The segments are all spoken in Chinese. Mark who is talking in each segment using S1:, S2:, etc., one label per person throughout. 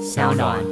S1: 小暖。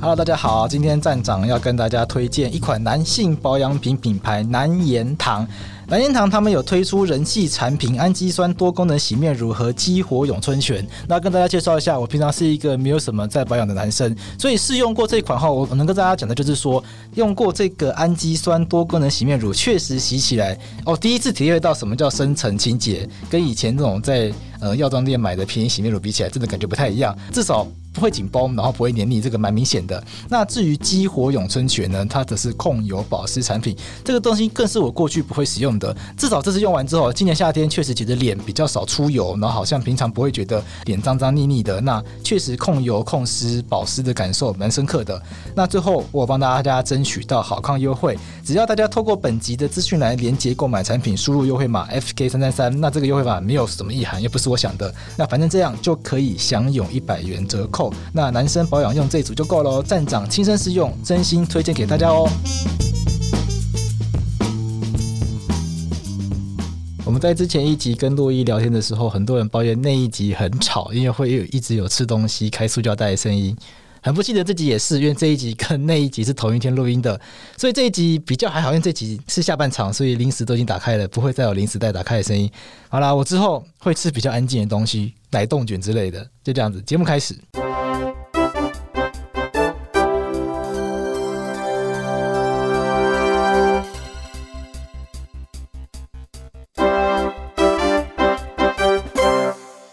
S2: Hello，大家好，今天站长要跟大家推荐一款男性保养品品牌南盐堂。南盐堂他们有推出人气产品氨基酸多功能洗面乳和激活咏春拳。那跟大家介绍一下，我平常是一个没有什么在保养的男生，所以试用过这款后，我能跟大家讲的就是说，用过这个氨基酸多功能洗面乳，确实洗起来哦，第一次体会到什么叫深层清洁，跟以前那种在呃药妆店买的便宜洗面乳比起来，真的感觉不太一样，至少。不会紧绷，然后不会黏腻，这个蛮明显的。那至于激活咏春拳呢，它则是控油保湿产品，这个东西更是我过去不会使用的。至少这次用完之后，今年夏天确实觉得脸比较少出油，然后好像平常不会觉得脸脏脏腻腻的。那确实控油控湿保湿的感受蛮深刻的。那最后我帮大家争取到好康优惠，只要大家透过本集的资讯栏连接购买产品，输入优惠码 FK 三三三，那这个优惠码没有什么意涵，也不是我想的。那反正这样就可以享有一百元折扣。那男生保养用这一组就够喽，站长亲身试用，真心推荐给大家哦。我们在之前一集跟洛伊聊天的时候，很多人抱怨那一集很吵，因为会有一直有吃东西、开塑胶袋的声音。很不幸的，这集也是，因为这一集跟那一集是同一天录音的，所以这一集比较还好，因为这集是下半场，所以零食都已经打开了，不会再有零食袋打开的声音。好啦，我之后会吃比较安静的东西，奶冻卷之类的，就这样子。节目开始。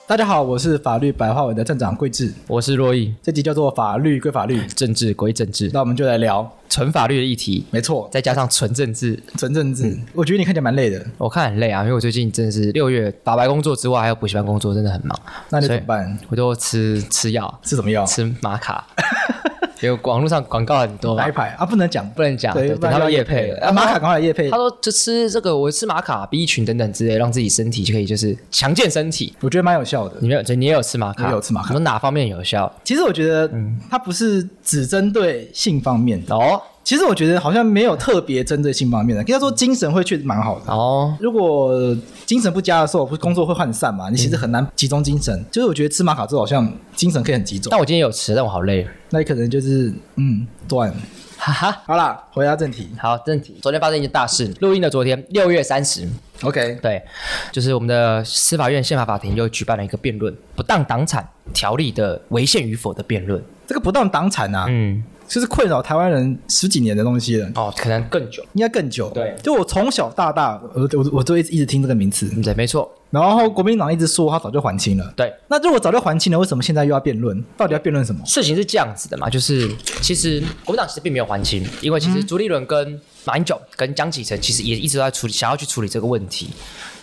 S2: 大家好，我是法律白话文的站长桂智，
S3: 我是洛毅，
S2: 这集叫做法律归法律，
S3: 政治归政治，
S2: 那我们就来聊，
S3: 纯法律的议题，嗯
S2: 没错，
S3: 再加上纯政治，
S2: 纯政治。我觉得你看起来蛮累的，
S3: 我看很累啊，因为我最近真的是六月打白工作之外，还有补习班工作，真的很忙。
S2: 那你怎
S3: 所以
S2: 么办？
S3: 我都吃吃药，
S2: 是怎么样？
S3: 吃玛卡，因为网络上广告很多嘛
S2: 哪一，排啊？不能讲，
S3: 不能哦讲，
S2: 对，
S3: 对
S2: 不然
S3: 等他
S2: 就
S3: 们
S2: 要
S3: 夜
S2: 业配
S3: 配
S2: 了
S3: 了。
S2: 啊，马卡赶快来夜配
S3: 他。说就吃这个，我吃玛卡 B 群等等之类，让自己身体就可以就是强健身体。
S2: 我觉得蛮有效的。
S3: 你没有，你也有吃玛卡？
S2: 我有吃玛卡
S3: 你说哪方面有效？
S2: 其实我觉得，
S3: 嗯
S2: 它不是只针对性方面的，
S3: 哦
S2: 其实我觉得好像没有特别针对性方面的，应该说精神会确实蛮好的。
S3: 哦，
S2: 如果精神不佳的时候，不是工作会涣散嘛？你
S3: 嗯
S2: 其实很难集中精神。就是我觉得吃玛卡之后，好像精神可以很集中。
S3: 但我今天有吃，但我好累，
S2: 那你可能就是嗯断。
S3: 哈哈。
S2: 好啦，回答正题。
S3: 好，正题。昨天发生一件大事，录音的昨天，六月三十，
S2: OK，
S3: 对，就是我们的司法院宪法法庭又举办了一个辩论，不当党产条例的违宪与否的辩论。
S2: 这个不当党产啊，
S3: 嗯，
S2: 就是困扰台湾人十几年的东西了，
S3: 哦，可能更久。
S2: 应该更久。
S3: 对
S2: 就我从小到大，我我我都一直一直听这个名词，
S3: 嗯对，没错，
S2: 然后国民党一直说他早就还清了。
S3: 对。
S2: 那如果早就还清了，为什么现在又要辩论？到底要辩论什么？
S3: 事情是这样子的嘛，就是其实国民党其实并没有还清，因为其实朱立伦跟马英九跟江启臣其实也一直都在处理，想要去处理这个问题。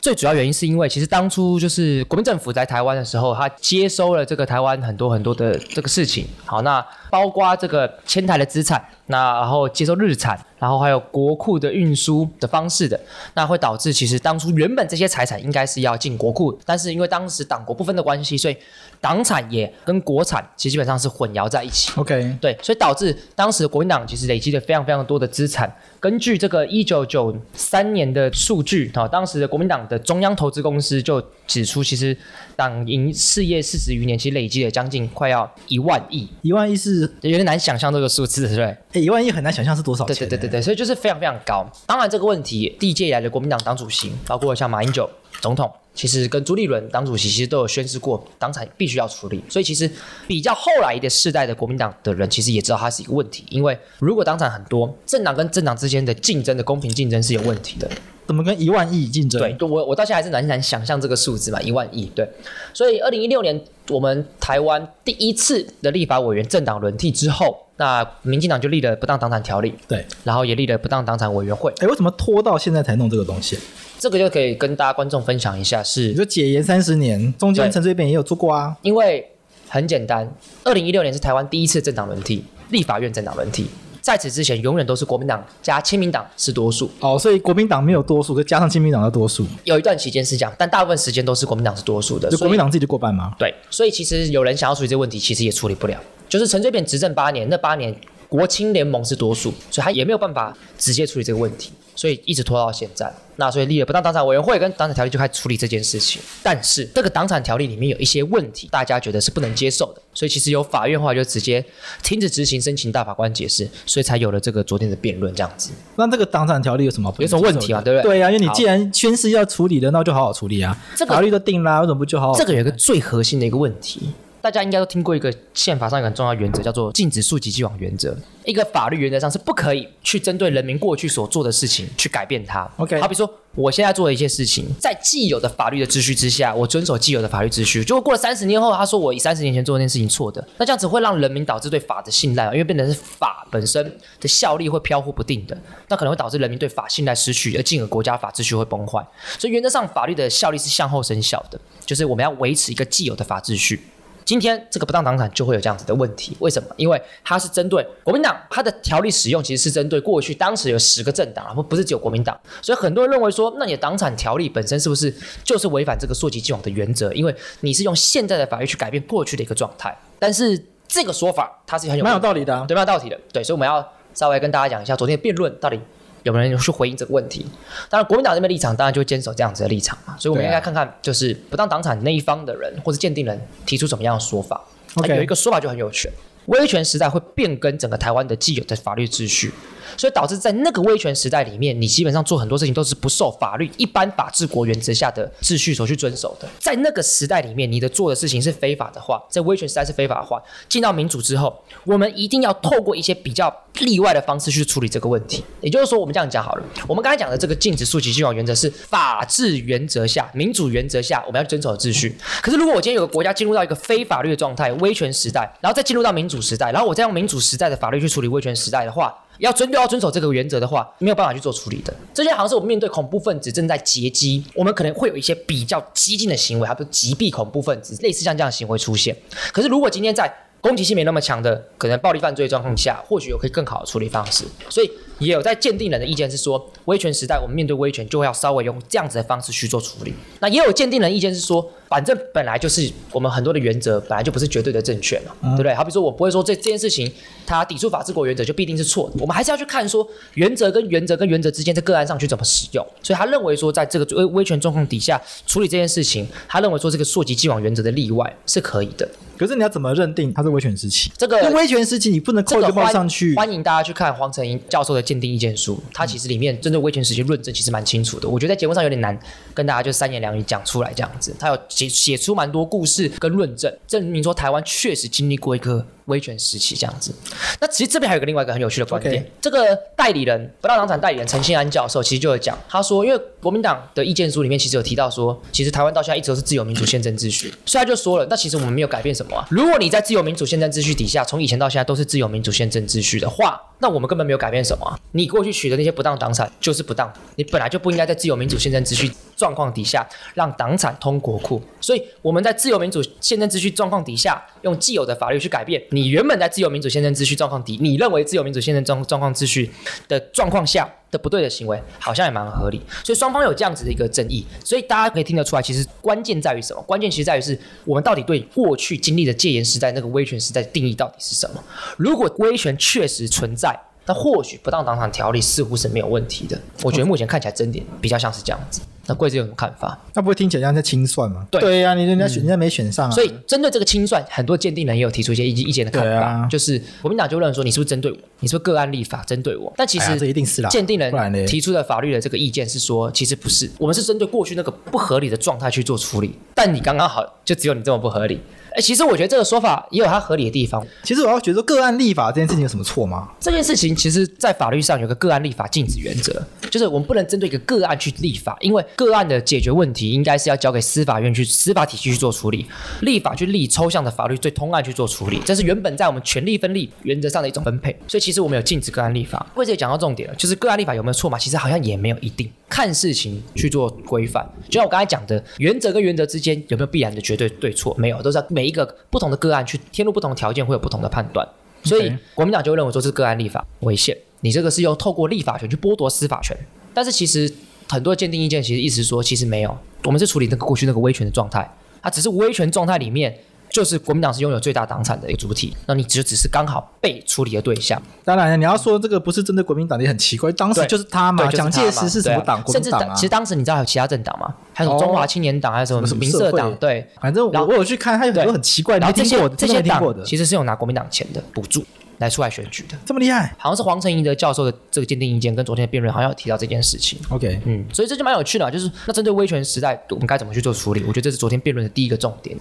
S3: 最主要原因是因为其实当初就是国民政府在台湾的时候，他接收了这个台湾很多很多的这个事情，好，那包括这个迁台的资产，那然后接收日产，然后还有国库的运输的方式的，那会导致其实当初原本这些财产应该是要进国库，但是因为当时党国不分的关系，所以党产也跟国产其实基本上是混淆在一起。
S2: OK，
S3: 对，所以导致当时国民党其实累积了非常非常多的资产。根据这个一九九三年的数据，哈、当时的国民党的中央投资公司就指出，其实党营事业四十余年，其实累积了将近快要一万亿，
S2: 一万亿是，
S3: 有点难想象这个数字，对不对？
S2: 哎，一万亿很难想象是多少
S3: 对
S2: 钱
S3: 对
S2: 欸。
S3: 对对对，所以就是非常非常高。当然，这个问题历届以来的国民党党主席，包括像马英九总统，其实跟朱立伦党主席其实都有宣示过，党产必须要处理。所以其实比较后来的世代的国民党的人，其实也知道它是一个问题，因为如果党产很多，政党跟政党之间的竞争的公平竞争是有问题的。
S2: 怎么跟一万亿竞争？
S3: 对，，就我我到现在还是很难想象这个数字嘛，一万亿。对，所以二零一六年我们台湾第一次的立法委员政党轮替之后，那民进党就立了不当党产条例，
S2: 对。
S3: 然后也立了不当党产委员会，
S2: 哎，为什么拖到现在才弄这个东西？
S3: 这个就可以跟大家观众分享一下是，
S2: 你说解严三十年，中间
S3: 对
S2: 陈水扁也有做过啊。
S3: 因为很简单，二零一六年是台湾第一次政党轮替，立法院政党轮替，在此之前永远都是国民党加亲民党是多数，
S2: 哦，所以国民党没有多数，可加上亲民党的多数，
S3: 有一段期间是这样，但大部分时间都是国民党是多数的，
S2: 就
S3: 所
S2: 国
S3: 以
S2: 民党自己就过半嘛。
S3: 对，所以其实有人想要处理这个问题，其实也处理不了。就是陈水扁执政八年，那八年国青联盟是多数，所以他也没有办法直接处理这个问题，所以一直拖到现在。那所以立了不当党产委员会跟党产条例就开始处理这件事情。但是这个党产条例里面有一些问题，大家觉得是不能接受的，所以其实有法院后来就直接停止执行，申请大法官解释，所以才有了这个昨天的辩论这样子。
S2: 那这个党产条例有什么不能
S3: 有什么
S2: 接受
S3: 问题嘛
S2: 的
S3: 对不对
S2: 对啊，因为你
S3: 好
S2: 既然宣誓要处理的，那就好好处理啊。
S3: 这个
S2: 法律都定啦，为什么不就好啊好？
S3: 这个有一个最核心的一个问题，大家应该都听过一个宪法上一个很重要的原则，叫做禁止溯及既往原则。一个法律原则上是不可以去针对人民过去所做的事情去改变它。
S2: OK
S3: 好比说我现在做的一些事情，在既有的法律的秩序之下，我遵守既有的法律秩序。结果过了三十年后，他说我以三十年前做的那件事情错的，那这样子会让人民导致对法的信赖嘛，因为变成是法本身的效力会飘忽不定的，那可能会导致人民对法信赖失去，而进而国家法秩序会崩坏。所以原则上，法律的效力是向后生效的，就是我们要维持一个既有的法秩序。今天这个不当党产就会有这样子的问题，为什么？因为它是针对国民党，它的条例使用其实是针对过去当时有十个政党，不不是只有国民党，所以很多人认为说，那你的党产条例本身是不是就是违反这个溯及既往的原则？因为你是用现在的法律去改变过去的一个状态，但是这个说法它是很有
S2: 蛮有道理的、啊。
S3: 对，蛮有道理的。对，所以我们要稍微跟大家讲一下昨天的辩论到底有没有人去回应这个问题。当然，国民党这边立场当然就会坚守这样子的立场嘛，所以我们
S2: 对啊
S3: 应该看看就是不当党产那一方的人或是鉴定人提出什么样的说法。
S2: OK
S3: 那有一个说法就很有趣，威权时代会变更整个台湾的既有的法律秩序，所以导致在那个威权时代里面，你基本上做很多事情都是不受法律一般法治国原则下的秩序所去遵守的。在那个时代里面，你的做的事情是非法的话，在威权时代是非法的话，进到民主之后，我们一定要透过一些比较例外的方式去处理这个问题。也就是说，我们这样讲好了，我们刚才讲的这个禁止溯及既往原则是法治原则下、民主原则下我们要遵守的秩序。可是，如果我今天有个国家进入到一个非法律的状态，威权时代，然后再进入到民主时代，然后我再用民主时代的法律去处理威权时代的话，要遵就要遵守这个原则的话，没有办法去做处理的。这些好像是我们面对恐怖分子正在劫机，我们可能会有一些比较激进的行为，还不是击毙恐怖分子，类似像这样的行为出现。可是如果今天在攻击性没那么强的，可能暴力犯罪状况下，或许有可以更好的处理方式。所以也有在鉴定人的意见是说，威权时代我们面对威权就会要稍微用这样子的方式去做处理。那也有鉴定人意见是说，反正本来就是我们很多的原则本来就不是绝对的正确嘛，对不对？好比说我不会说这这件事情它抵触法治国原则就必定是错的，我们还是要去看说原则跟原则跟原则之间在个案上去怎么使用。所以他认为说，在这个威威权状况底下处理这件事情，他认为说这个溯及既往原则的例外是可以的。
S2: 可是你要怎么认定它是威权时期？
S3: 这个
S2: 因为威权时期你不能
S3: 这
S2: 扣一
S3: 个
S2: 个帽
S3: 欢
S2: 上去。嗯
S3: 欢迎大家去看黄成英教授的鉴定意见书，他其实里面针对威权时期论证其实蛮清楚的。我觉得在节目上有点难跟大家就三言两语讲出来这样子，他有写写出蛮多故事跟论证，证明说台湾确实经历过一个威权时期这样子。那其实这边还有一个另外一个很有趣的观点
S2: OK
S3: 这个代理人不当党产代理人陈信安教授其实就有讲，他说因为国民党的意见书里面其实有提到说，其实台湾到现在一直都是自由民主宪政秩序，所以他就说了，那其实我们没有改变什么啊。如果你在自由民主宪政秩序底下，从以前到现在都是自由民主宪政秩序的话，那我们根本没有改变什么、啊。你过去取的那些不当党产就是不当，你本来就不应该在自由民主宪政秩序状况底下让党产通国库。所以我们在自由民主宪政秩序状况底下，用既有的法律去改变你原本在自由民主宪政秩序状况底，你认为自由民主宪政状状况秩序的状况下的不对的行为，好像也蛮合理。所以双方有这样子的一个争议，所以大家可以听得出来，其实关键在于什么？关键其实在于是我们到底对过去经历的戒严时代那个威权时代的定义到底是什么？如果威权确实存在。那或许不当党产条例似乎是没有问题的，我觉得目前看起来争点比较像是这样子。那贵子有什么看法？
S2: 那不会听起来像在清算吗？
S3: 对嗯
S2: 呀、你人家选，人家没选上啊。
S3: 所以针对这个清算，很多鉴定人也有提出一些意意见的看
S2: 对
S3: 法，
S2: 啊
S3: 就是国民党就认为说你是不是针对我，你是不是个案立法针对我？但其实、
S2: 哎呀这一定是啦
S3: 鉴定人
S2: 不然嘞
S3: 提出的法律的这个意见是说，其实不是，我们是针对过去那个不合理的状态去做处理，但你刚刚好就只有你这么不合理。哎，其实我觉得这个说法也有它合理的地方。
S2: 其实我要觉得说个案立法这件事情有什么错吗？
S3: 这件事情其实，在法律上有个个案立法禁止原则，就是我们不能针对一个个案去立法，因为个案的解决问题应该是要交给司法院去司法体系去做处理，立法去立抽象的法律对通案去做处理，这是原本在我们权力分立原则上的一种分配。所以其实我们有禁止个案立法。或者讲到重点了，就是个案立法有没有错嘛？其实好像也没有一定，看事情去做规范。就像我刚才讲的，原则跟原则之间有没有必然的绝对对错？没有，都是要每一个不同的个案去添入不同的条件，会有不同的判断。所以
S2: OK
S3: 国民党就会认为说这是个案立法违宪，你这个是用透过立法权去剥夺司法权。但是其实很多鉴定意见啊其实意思是说，其实没有，我们是处理那个过去那个威权的状态，它只是威权状态里面。就是国民党是拥有最大党产的一个主体，那你只只是刚好被处理的对象。
S2: 当然了，你要说这个不是针对国民党的也很奇怪，当时
S3: 对
S2: 就是他嘛，
S3: 对，就是
S2: 蒋介
S3: 他嘛
S2: 石是什么
S3: 对啊
S2: 党？国
S3: 甚
S2: 民
S3: 至
S2: 党
S3: 当
S2: 啊
S3: 其。实当时你知道还有其他政党吗？还有什么中华青年党，还有什么
S2: 哦什么
S3: 民
S2: 社
S3: 社
S2: 会
S3: 党？对，
S2: 反正我
S3: 然后
S2: 我有去看，他有很
S3: 对
S2: 多很奇怪，
S3: 然
S2: 没
S3: 后这
S2: 听
S3: 些
S2: 过的，
S3: 这
S2: 真的
S3: 些
S2: 没听过
S3: 党
S2: 的，
S3: 其实是有拿国民党钱的补助来出来选举的，
S2: 这么厉害。
S3: 好像是黄成义的教授的这个鉴定意见跟昨天的辩论好像有提到这件事情。
S2: OK，
S3: 嗯，所以这就蛮有趣的啊、就是那针对威权时代，我们该怎么去做处理？我觉得这是昨天辩论的第一个重点。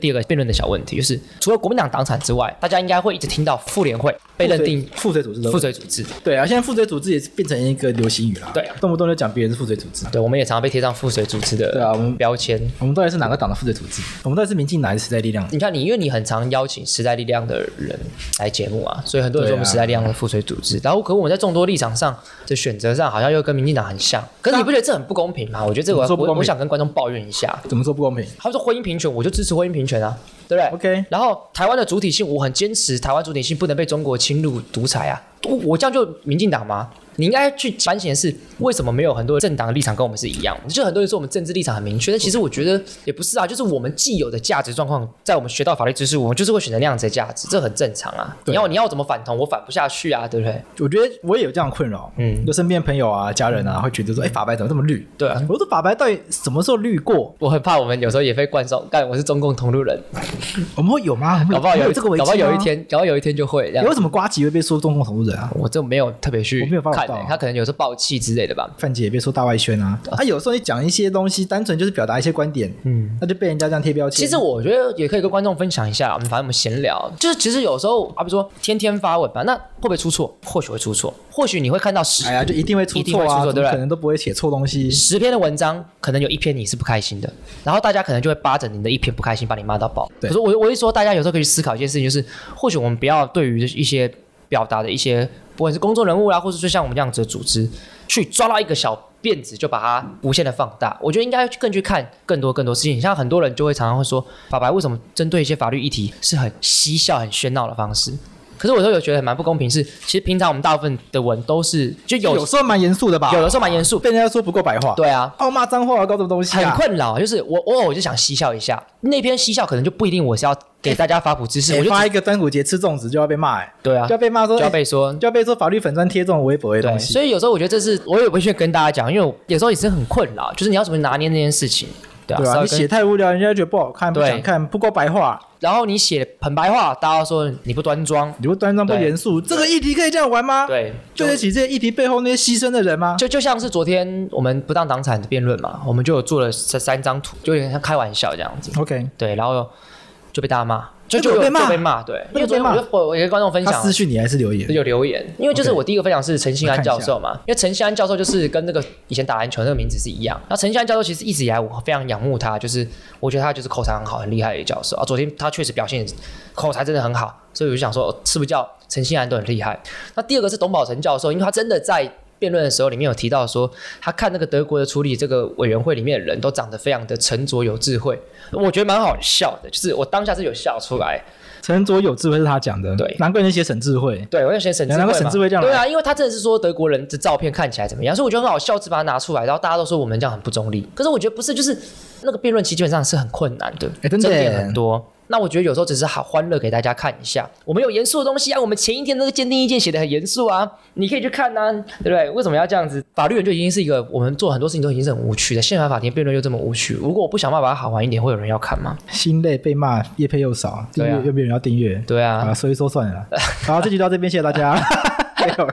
S3: 第二个辩论的小问题就是，除了国民党党产之外，大家应该会一直听到妇联会被认定
S2: 负罪组织的
S3: 负罪组织。
S2: 对啊，现在负罪组织也是变成一个流行语了，
S3: 对啊
S2: 动不动就讲别人是负罪组织。
S3: 对，我们也常常被贴上负罪组织
S2: 对啊
S3: 的
S2: 我们
S3: 标签。
S2: 我们到底是哪个党的负罪组织？我们到底是民进哪一时代力量？
S3: 你看你，因为你很常邀请时代力量的人来节目啊，所以很多人说我们时代力量的附随组织。然后，可我们在众多立场上的选择上，好像又跟民进党很像。可是你不觉得这很不公平吗？我觉得这个
S2: 你说
S3: 我
S2: 不公
S3: 我
S2: 平
S3: 我想跟观众抱怨一下。
S2: 怎么说不公平
S3: 他们说婚姻平权，我就支持婚姻平权啊，对不对
S2: ？OK，
S3: 然后台湾的主体性，我很坚持台湾主体性不能被中国侵入独裁啊。我我这样就民进党吗？你应该去反省的是，为什么没有很多政党的立场跟我们是一样？就很多人说我们政治立场很明确，但其实我觉得也不是啊，就是我们既有的价值状况，在我们学到法律知识，我们就是会选择那样子的价值，这很正常啊。
S2: 对
S3: 你要你要我怎么反同，我反不下去啊，对不对？
S2: 我觉得我也有这样的困扰，嗯，
S3: 嗯
S2: 就身边朋友啊、家人啊，会觉得说，哎，法白怎么这么绿？
S3: 对啊，
S2: 我说法白到底什么时候绿过？
S3: 我很怕我们有时候也被灌输，但我是中共 同路人，
S2: 我们会有吗？我们
S3: 搞不好
S2: 有
S3: 有
S2: 有这个危机
S3: 搞不好有一
S2: 吗，
S3: 天，啊搞不好有一天就会这样
S2: 有。为什么瓜吉会被说中共同路人啊？
S3: 我这没有特别去
S2: 我没有办法
S3: 看、欸
S2: 到啊
S3: 他可能有时候爆气之类的吧。
S2: 范姐也被说大外宣啊，啊，有时候你讲一些东西，单纯就是表达一些观点，
S3: 嗯，
S2: 那就被人家这样贴标签。
S3: 其实我觉得也可以跟观众分享一下，我们啊反正我们闲聊，就是其实有时候，啊好比说天天发文吧，那会不会出错？或许会出错，或许你会看到十、
S2: 哎呀，就一定会出
S3: 一定会
S2: 错
S3: 出
S2: 啊，
S3: 错
S2: 怎
S3: 对
S2: 么
S3: 不
S2: 可
S3: 对
S2: 能都不会写错东西。
S3: 十篇的文章，可能有一篇你是不开心的，然后大家可能就会扒着你的一篇不开心把你骂到爆。
S2: 对
S3: 可是我我一说，大家有时候可以思考一件事情，就是或许我们不要对于一些表达的一些，不管是公众人物啦，啊或是就像我们这样子的组织，去抓到一个小辫子就把它无限的放大。我觉得应该去更去看更多更多事情。像很多人就会常常会说，法白为什么针对一些法律议题是很嬉笑、很喧闹的方式？可是我都有觉得蛮不公平是，其实平常我们大部分的文都是就有
S2: 有时候蛮严肃的吧，
S3: 有的时候蛮严肃，
S2: 被人家说不够白话，
S3: 对啊，
S2: 哦，骂脏话啊，搞什么东西
S3: 很
S2: 啊？
S3: 困扰，就是我偶尔我就想嬉笑一下，那篇嬉笑可能就不一定我是要给大家发普知识，
S2: 哎
S3: 我就
S2: 发
S3: 只
S2: 一个端午节吃粽子就要被骂，哎，
S3: 对啊
S2: 就要，被骂说，
S3: 就要
S2: 哎
S3: 被说。
S2: 就要被说法律粉砖贴这种微博的
S3: 对，
S2: 东西。
S3: 所以有时候我觉得这是我也不去跟大家讲，因为我有时候也是很困扰，就是你要怎么拿捏那件事情，对啊，
S2: 对
S3: 稍
S2: 啊，
S3: 微
S2: 你
S3: 跟
S2: 写太无聊，人家觉得不好看，不
S3: 对
S2: 想看，不够白话，
S3: 然后你写很白话，大家说你不端庄，
S2: 你不端庄不
S3: 对
S2: 严肃，这个议题可以这样玩吗？，
S3: 对，
S2: 对得起这些议题背后那些牺牲的人吗？
S3: 就就像是昨天我们不当党产的辩论嘛，我们就有做了这三张图，就有点像开玩笑这样子，
S2: OK，
S3: 对，然后就被大家骂，就
S2: 那个
S3: 就有
S2: 被骂
S3: 就被骂，对，
S2: 那个
S3: 因为
S2: 被
S3: 昨天
S2: 骂
S3: 我就我我也跟观众分
S2: 他
S3: 享，啊
S2: 私讯你还是留言？
S3: 有留言，因为就是
S2: OK
S3: 我第一个分享是陈信安
S2: 我看一
S3: 教
S2: 下
S3: 授嘛，因为陈信安教授就是跟那个以前打篮球那个名字是一样。那陈信安教授其实一直以来我非常仰慕他，就是我觉得他就是口才很好、很厉害的一个教授啊。昨天他确实表现口才真的很好，所以我就想说，哦是不是叫陈信安都很厉害？ 那第二个是董宝成教授，因为他真的在。辩论的时候，里面有提到说，他看那个德国的处理这个委员会里面的人都长得非常的沉着有智慧，我觉得蛮好笑的，就是我当下是有笑出来，
S2: 陈卓有智慧是他讲的，
S3: 对
S2: 难怪你写沈智慧。
S3: 对，我就选沈智慧
S2: 难
S3: 嘛。
S2: 怪沈智慧这样来
S3: 对啊，因为他真的是说德国人的照片看起来怎么样，所以我觉得很好笑，只把它拿出来，然后大家都说我们这样很不中立。可是我觉得不是，就是那个辩论其实基本上是很困难的，
S2: 哎真的
S3: 争
S2: 耶
S3: 点很多。那我觉得有时候只是好欢乐给大家看一下，我们有严肃的东西啊，我们前一天那个鉴定意见写的很严肃啊，你可以去看啊，对不对？为什么要这样子？法律人就已经是一个我们做很多事情都已经是很无趣的，宪法法庭辩论又这么无趣，如果我不想办法把它好玩一点，会有人要看吗？
S2: 心累被骂，叶配又少，订阅
S3: 对啊
S2: 又没有人要订阅，
S3: 对啊
S2: 啊，收一收算了啦。 好，这集到这边，谢谢大 家。还有，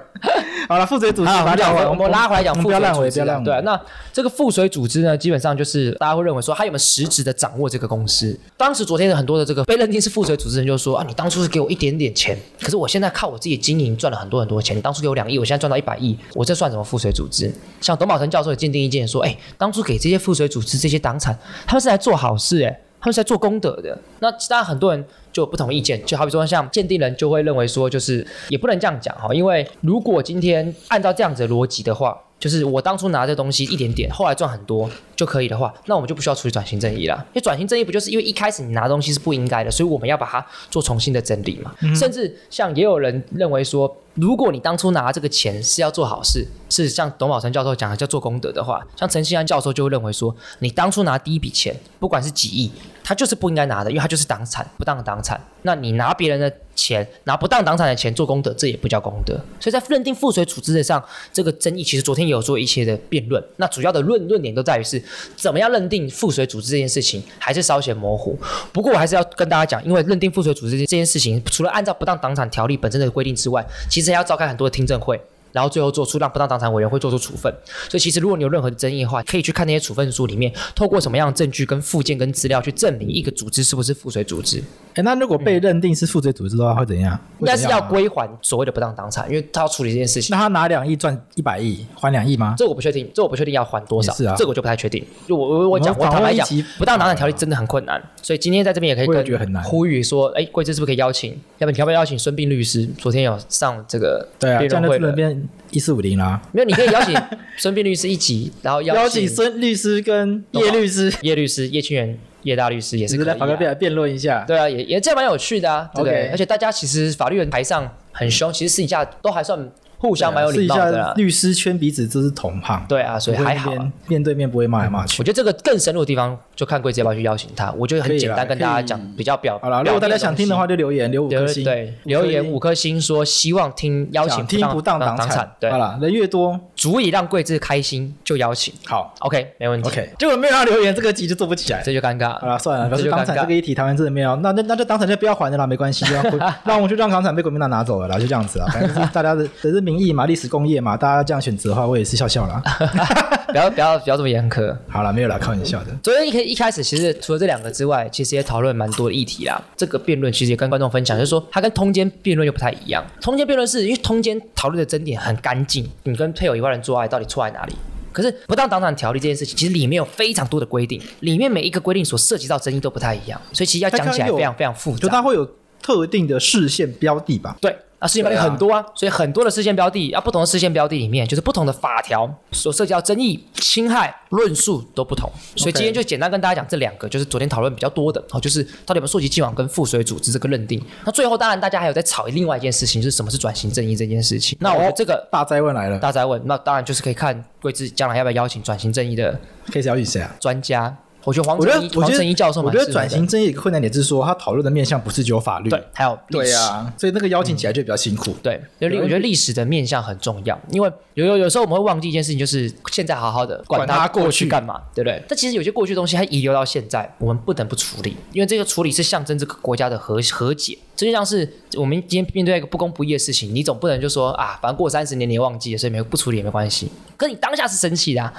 S2: 好了，负责组织，
S3: 啊，我
S2: 把它讲
S3: 们讲回，
S2: 完，
S3: 我们拉回来讲
S2: 我们
S3: 腹
S2: 嗯不要
S3: 水
S2: 烂尾，
S3: 组
S2: 不
S3: 织
S2: 要
S3: 了。
S2: 烂尾。
S3: 对啊，那这个腹水组织呢，基本上就是大家会认为说，他有没有实质的掌握这个公司？当时昨天的很多的这个被认定是腹水组织人就说啊，你当初是给我一点点钱，可是我现在靠我自己经营赚了很多很多钱，你当初给我两亿，我现在赚到一百亿，我这算什么腹水组织？像董宝成教授的鉴定意见说，哎，当初给这些腹水组织这些党产，他们是来做好事、哎。他们是在做功德的。那当然很多人就有不同意见，就好比说像鉴定人就会认为说，就是也不能这样讲哈，因为如果今天按照这样子的逻辑的话。就是我当初拿这东西一点点，后来赚很多就可以的话，那我们就不需要处理转型正义啦。因为转型正义不就是因为一开始你拿东西是不应该的，所以我们要把它做重新的整理嘛。甚至像也有人认为说，如果你当初拿这个钱是要做好事，是像董宝成教授讲的叫做功德的话，像陈信安教授就会认为说，你当初拿第一笔钱，不管是几亿，他就是不应该拿的，因为他就是党产，不当党产。那你拿别人的钱，拿不当党产的钱做功德，这也不叫功德。所以在认定赋税处置的上，这个争议其实昨天也有做一些的辩论。那主要的论论点都在于是怎么样认定赋税处置这件事情，还是稍显模糊。不过我还是要跟大家讲，因为认定赋税处置这件事情，除了按照不当党产条例本身的规定之外，其实还要召开很多的听证会。然后最后做出让不当党产委员会做出处分。所以其实如果你有任何的争议的话，可以去看那些处分书里面，透过什么样的证据跟附件跟资料去证明一个组织是不是赋税组织。
S2: 哎，那如果被认定是负罪组织的话，会怎样？
S3: 应该
S2: 会
S3: 是
S2: 怎
S3: 要
S2: 样啊。
S3: 归还所谓的不当党产，因为他要处理这件事情。
S2: 那他拿两亿赚一百亿，还两亿吗？
S3: 这我不确定，这我不确定要还多少，
S2: 也是啊
S3: 这个我就不太确定。就我我我
S2: 我们
S3: 讲，我
S2: 访
S3: 坦
S2: 问
S3: 白
S2: 一
S3: 讲
S2: 集，
S3: 不当党产条例真的很困难，所以今天在这边也可以
S2: 啊我也
S3: 跟
S2: 觉得很难
S3: 呼吁说，哎，贵志是不是可以邀请？要不你要不要邀请孙膑律师？昨天有上这个
S2: 对啊，
S3: 辩
S2: 这样
S3: 论
S2: 就
S3: 会
S2: 不能
S3: 的，
S2: 变一四五零啦。
S3: 没有，你可以邀 请孙膑律师一集，然后
S2: 邀
S3: 邀
S2: 请
S3: 请
S2: 孙律师跟叶律师，
S3: 叶律师、叶清源、叶大律师也
S2: 只
S3: 是
S2: 是
S3: 可
S2: 在
S3: 以、
S2: 法官
S3: 啊。
S2: 辩辩论一下。
S3: 对啊，也也这样蛮有趣的啊，对不对
S2: OK
S3: 而且大家其实法律人台上很凶，其实私底下都还算互相蛮有
S2: 试
S3: 礼
S2: 一
S3: 貌
S2: 下
S3: 的啦。
S2: 律师圈彼此这是同行，
S3: 对啊，所以
S2: 不会
S3: 还
S2: 那
S3: 好啊、
S2: 边面对面不会骂来骂去
S3: 我。觉得这个更深入的地方，就看贵子要不要去邀请他。我觉得
S2: 可
S3: 很
S2: 以
S3: 简
S2: 啦
S3: 单，跟大
S2: 可
S3: 家
S2: 以
S3: 讲比较表。
S2: 好了，如
S3: 表
S2: 果大
S3: 面
S2: 家想
S3: 东
S2: 听的
S3: 西
S2: 话，就留言留五颗
S3: 留
S2: 星，
S3: 对
S2: 五颗
S3: 留言
S2: 星
S3: 五颗星，说希望听邀请呃
S2: 想听不当
S3: 党
S2: 党
S3: 产
S2: 产，，
S3: 对
S2: 好，了，人越多
S3: 足以让贵志开心就邀请。
S2: 好
S3: OK，没问题。
S2: ，OK。结果没有人留言，这个集就做不起来。
S3: 这就尴尬
S2: 好
S3: 了。
S2: 了，算了，表
S3: 这
S2: 示
S3: 就
S2: 党
S3: 尴
S2: 产
S3: 尬
S2: 这个议题台湾真的没有，那那那就党产就不要还了啦，没关系， 让让我们去让港产被国民党拿走了啦，就这样子啊，反正是大家的只是民意嘛，历史工业嘛，大家这样选择的话，我也是笑笑啦。
S3: 不要不要不要这么严苛。
S2: 好了，没有啦，开玩笑的。
S3: 昨天一开一开始，其实除了这两个之外，其实也讨论蛮多的议题啦。这个辩论其实也跟观众分享，就是说它跟通奸辩论又不太一样。通奸辩论是因为通奸讨论的争点很干净，你跟配偶以外人做爱到底错在哪里？可是不当党产条例这件事情，其实里面有非常多的规定，里面每一个规定所涉及到争议都不太一样，所以其实要讲起来非常非常复
S2: 就
S3: 杂。
S2: 它会有特定的视线标的吧？
S3: 对，那事件标的
S2: 对啊
S3: 很多啊，所以很多的事件标的啊，不同的事件标的里面，就是不同的法条所涉及到争议、侵害、论述都不同。所以
S2: OK
S3: 今天就简单跟大家讲这两个，就是昨天讨论比较多的哦，就是到底有没有溯及既往跟赋水组织这个认定。那最后当然大家还有在吵另外一件事情，就是什么是转型正义这件事情。那
S2: 哦
S3: 我觉得这个
S2: 大灾问来了，
S3: 大家问，那当然就是可以看贵志将来要不要邀请转型正义的
S2: 可以邀请谁啊？
S3: 专家。我觉得黄
S2: 我觉
S3: 正
S2: 得
S3: 一，
S2: 我
S3: 黄
S2: 觉
S3: 正一
S2: 得
S3: 教授
S2: 我
S3: 蛮
S2: 觉
S3: 适合
S2: 得
S3: 的
S2: 转型正义一个困难点就是说，他讨论的面向不是只有法律，
S3: 对，嗯还有历
S2: 对
S3: 史
S2: 啊，所以那个邀请起来就比较辛苦。
S3: 对，因为我觉得历史的面向很重要，因为有有有时候我们会忘记一件事情，就是现在好好的，管
S2: 管它
S3: 它
S2: 过
S3: 过去
S2: 去
S3: 干嘛，对不对？但其实有些过去的东西它遗留到现在，我们不得不处理，因为这个处理是象征这个国家的和和解。这就像是我们今天面对一个不公不义的事情，你总不能就说啊，反正过三十年你也忘记了，所以没有不处理也没关系。可你当下是生气的、啊。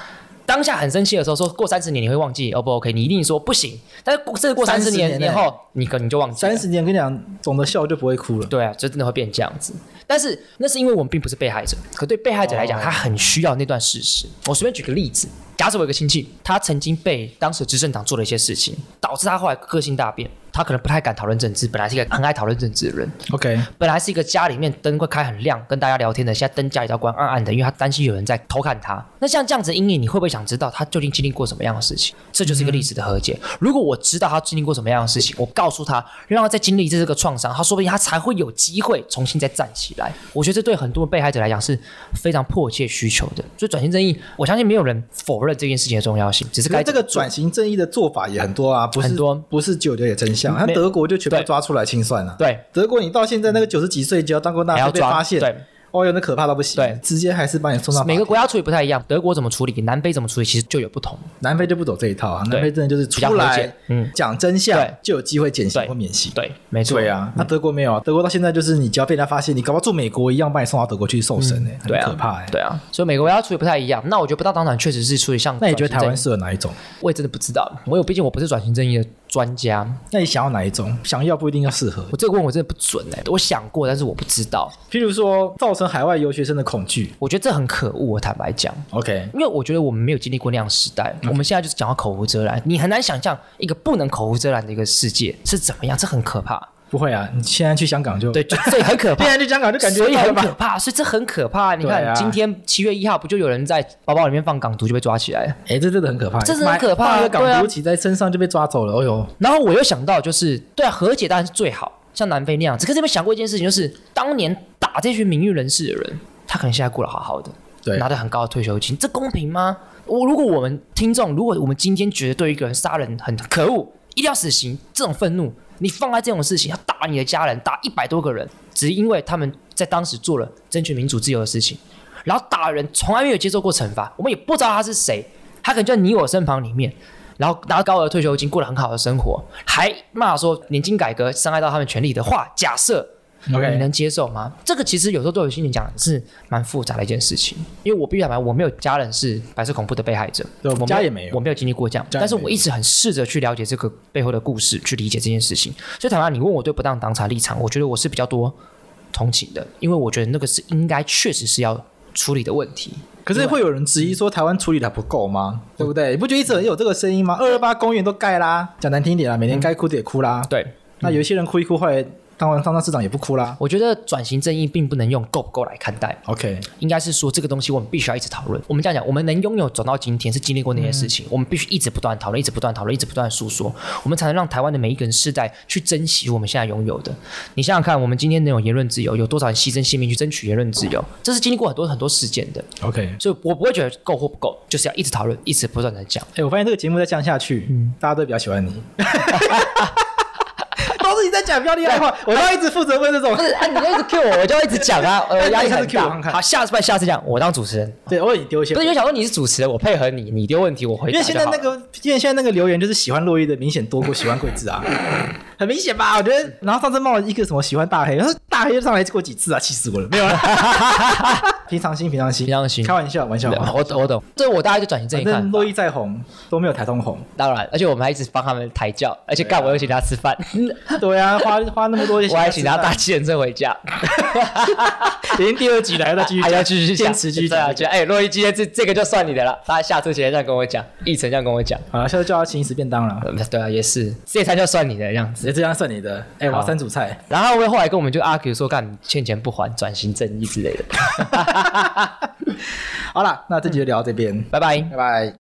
S3: 当下很生气的时候，说过三十年你会忘记，哦不 OK，你一定说不行。但是过这过三十
S2: 30
S3: 年
S2: 年
S3: 以
S2: 欸
S3: 后，你可能就忘记了
S2: 三。十年，跟你讲，懂得笑就不会哭了。
S3: 对啊，就真的会变这样子。但是那是因为我们并不是被害者，可对被害者来讲，
S2: 哦
S3: 他很需要那段事实。我随便举个例子，假设我有个亲戚，他曾经被当时执政党做了一些事情，导致他后来个性大变。他可能不太敢讨论政治，本来是一个很爱讨论政治的人，
S2: OK，
S3: 本来是一个家里面灯会开很亮，跟大家聊天的，现在灯家里都要关暗暗的，因为他担心有人在偷看他。那像这样子的阴影，你会不会想知道他究竟经历过什么样的事情？这就是一个历史的和解。如果我知道他经历过什么样的事情，我告诉他，让他再经历这个创伤，他说不定他才会有机会重新再站起来。我觉得这对很多被害者来讲是非常迫切需求的。所以转型正义，我相信没有人否认这件事情的重要性，只是
S2: 可
S3: 该
S2: 是这个转型正义的做法也很多啊，不是
S3: 很多
S2: 不是只有了解真相，那
S3: 没
S2: 德国就全部
S3: 对
S2: 抓出来清算了。
S3: 对
S2: 德国你到现在那个九十几岁就要当过大
S3: 还
S2: 学
S3: 要
S2: 被
S3: 抓
S2: 发现，
S3: 对。
S2: 哦哟，那可怕到不行，
S3: 对
S2: 直接还是把你送到法
S3: 每
S2: 庭
S3: 个国家处理不太一样，德国怎么处理，南非怎么处理，其实就有不同。
S2: 南非就不走这一套啊，南
S3: 对
S2: 非真的就是
S3: 较
S2: 出
S3: 和
S2: 来
S3: 解嗯
S2: 讲真相
S3: 对
S2: 就有机会减刑
S3: 对
S2: 或免刑。
S3: 对，嗯没错。
S2: 对啊，那德国没有啊，德国到现在就是你只要被人家发现，你搞不好住美国一样把你送到德国去受审哎，
S3: 对
S2: 很
S3: 啊
S2: 可怕哎。
S3: 对啊，所以每个国家处理不太一样。那我觉得不当党产确实是处理像，
S2: 那你觉得台湾？适合哪一种？
S3: 我也真的不知道，我有，毕竟我不是转型正义的专家，
S2: 那你想要哪一种？想要不一定要适合。
S3: 我这个问我真的不准哎、我想过，但是我不知道。
S2: 譬如说，造成海外留学生的恐惧。
S3: 我觉得这很可恶，我坦白讲，
S2: OK，
S3: 因为我觉得我们没有经历过那样的时代，
S2: 嗯
S3: 我们现在就是讲到口无遮拦，你很难想象一个不能口无遮拦的一个世界是怎么样，这很可 怕。
S2: 不会啊，你现在去香港就
S3: 对，就这很可怕
S2: 现。在去香港就 感觉
S3: 所以
S2: 到了
S3: 很
S2: 吧
S3: 可怕，所以这很可怕。你
S2: 对
S3: 看，
S2: 啊
S3: 今天七月一号，不就有人在包包里面放港独就被抓起来了？
S2: 哎、这真的很可怕，
S3: 这真的很可怕啊
S2: 买放一个
S3: 对
S2: 港
S3: 啊
S2: 独旗在身上就被抓走了，哦呦，
S3: 然后我又想到，就是对啊，和解当然是最好，像南非那样子。可是有没有想过一件事情，就是当年大把这群名誉人士的人，他可能现在过得好好的，
S2: 对
S3: 拿着很高的退休金，这公平吗？我如果我们听众，如果我们今天觉得对一个人杀人很可恶，一定要死刑，这种愤怒，你放在这种事情，要打你的家人，打一百多个人，只因为他们在当时做了争取民主自由的事情，然后打人从来没有接受过惩罚，我们也不知道他是谁，他可能就在你我身旁里面，然后拿高额退休金，过得很好的生活，还骂说年金改革伤害到他们权利的话，假设你
S2: OK，
S3: 能接受吗？这个其实有时候对我心里讲是蛮复杂的一件事情，因为我必须坦白，我没有家人是白色恐怖的被害者，
S2: 对我们
S3: 我
S2: 家也没有
S3: 我没有经历过这样，
S2: 家也没有
S3: 但是我一直很试着去了解这个背后的故事，去理解这件事情。所以坦白，你问我对不当党产立场，我觉得我是比较多同情的，因为我觉得那个是应该确实是要处理的问题。
S2: 可
S3: 啊
S2: 是会有人质疑说台湾处理的还不够吗？对不对？你不觉得一直有这个声音吗？二二八公园都盖啦，讲难听一点啦，每天该哭的也哭啦。
S3: 对，
S2: 那有一些人哭一哭，后来当完当上市长也不哭啦。
S3: 我觉得转型正义并不能用够不够来看待。
S2: OK，
S3: 应该是说这个东西我们必须要一直讨论。我们这样讲，我们能拥有走到今天是经历过那些事情，我们必须一直不断讨论，一直不断讨论，一直不断诉说，我们才能让台湾的每一个人世代去珍惜我们现在拥有的。你想想看，我们今天能有言论自由，有多少人牺牲性命去争取言论自由？这是经历过很多很多事件的，
S2: OK，
S3: 所以我不会觉得够或不够，就是要一直讨论，一直不断的讲。
S2: 哎、我发现这个节目再这样下去，
S3: 嗯
S2: 大家都比较喜欢你。 都是你在讲标题害 话，我要一直负责问这种
S3: 不。是啊，你就一直 Q 我，我就要一直讲 啊，呃，压力
S2: 那
S3: 很
S2: 你下次 cue 我看
S3: 大。
S2: 看
S3: 好，下次不然下次讲，我当主持人。
S2: 对，偶尔你丢一些
S3: 不，是，因为想说你是主持人，我配合你，你丢问题我回
S2: 因
S3: 答
S2: 为
S3: 就好
S2: 现
S3: 了。
S2: 在那个，因为现在那个留言就是喜欢洛伊的明显多过喜欢桂子啊， 很明显吧？我觉得。然后上次冒了一个什么喜欢大黑，然后大黑就上来过几次啊，气死我了，没有 了。平常心，平常心，
S3: 平常心
S2: 开玩笑，玩笑
S3: 对
S2: 话。
S3: 我懂我懂，这我大概就转型正
S2: 反
S3: 义看
S2: 正
S3: 法
S2: 洛。伊再红都没有台通红，
S3: 当然，而且我们还一直帮他们抬轿，
S2: 啊
S3: 而且干我又请他吃 饭，
S2: 对啊，花花那么多钱，
S3: 我还请他搭计程车 回家，
S2: 已经第二集了，还要再继续
S3: 还
S2: 讲，
S3: 要继续
S2: 坚
S3: 讲
S2: 持继续
S3: 对啊，
S2: 讲。
S3: 就哎，洛伊今天这这个就算你的了，他下次前这样跟我讲，一晨这样跟 我讲，
S2: 好了，下次叫他请你吃便当了。
S3: 呃对啊，也是这一餐就算你的这样
S2: 直
S3: 子。
S2: 接这样算你的。哎、我要
S3: 好
S2: 三组菜。
S3: 然后我后来跟我们就 argue 说，干欠钱不还，转 型正义之类的，
S2: 好啦，那这集就聊到这边，
S3: 拜拜。
S2: 拜拜。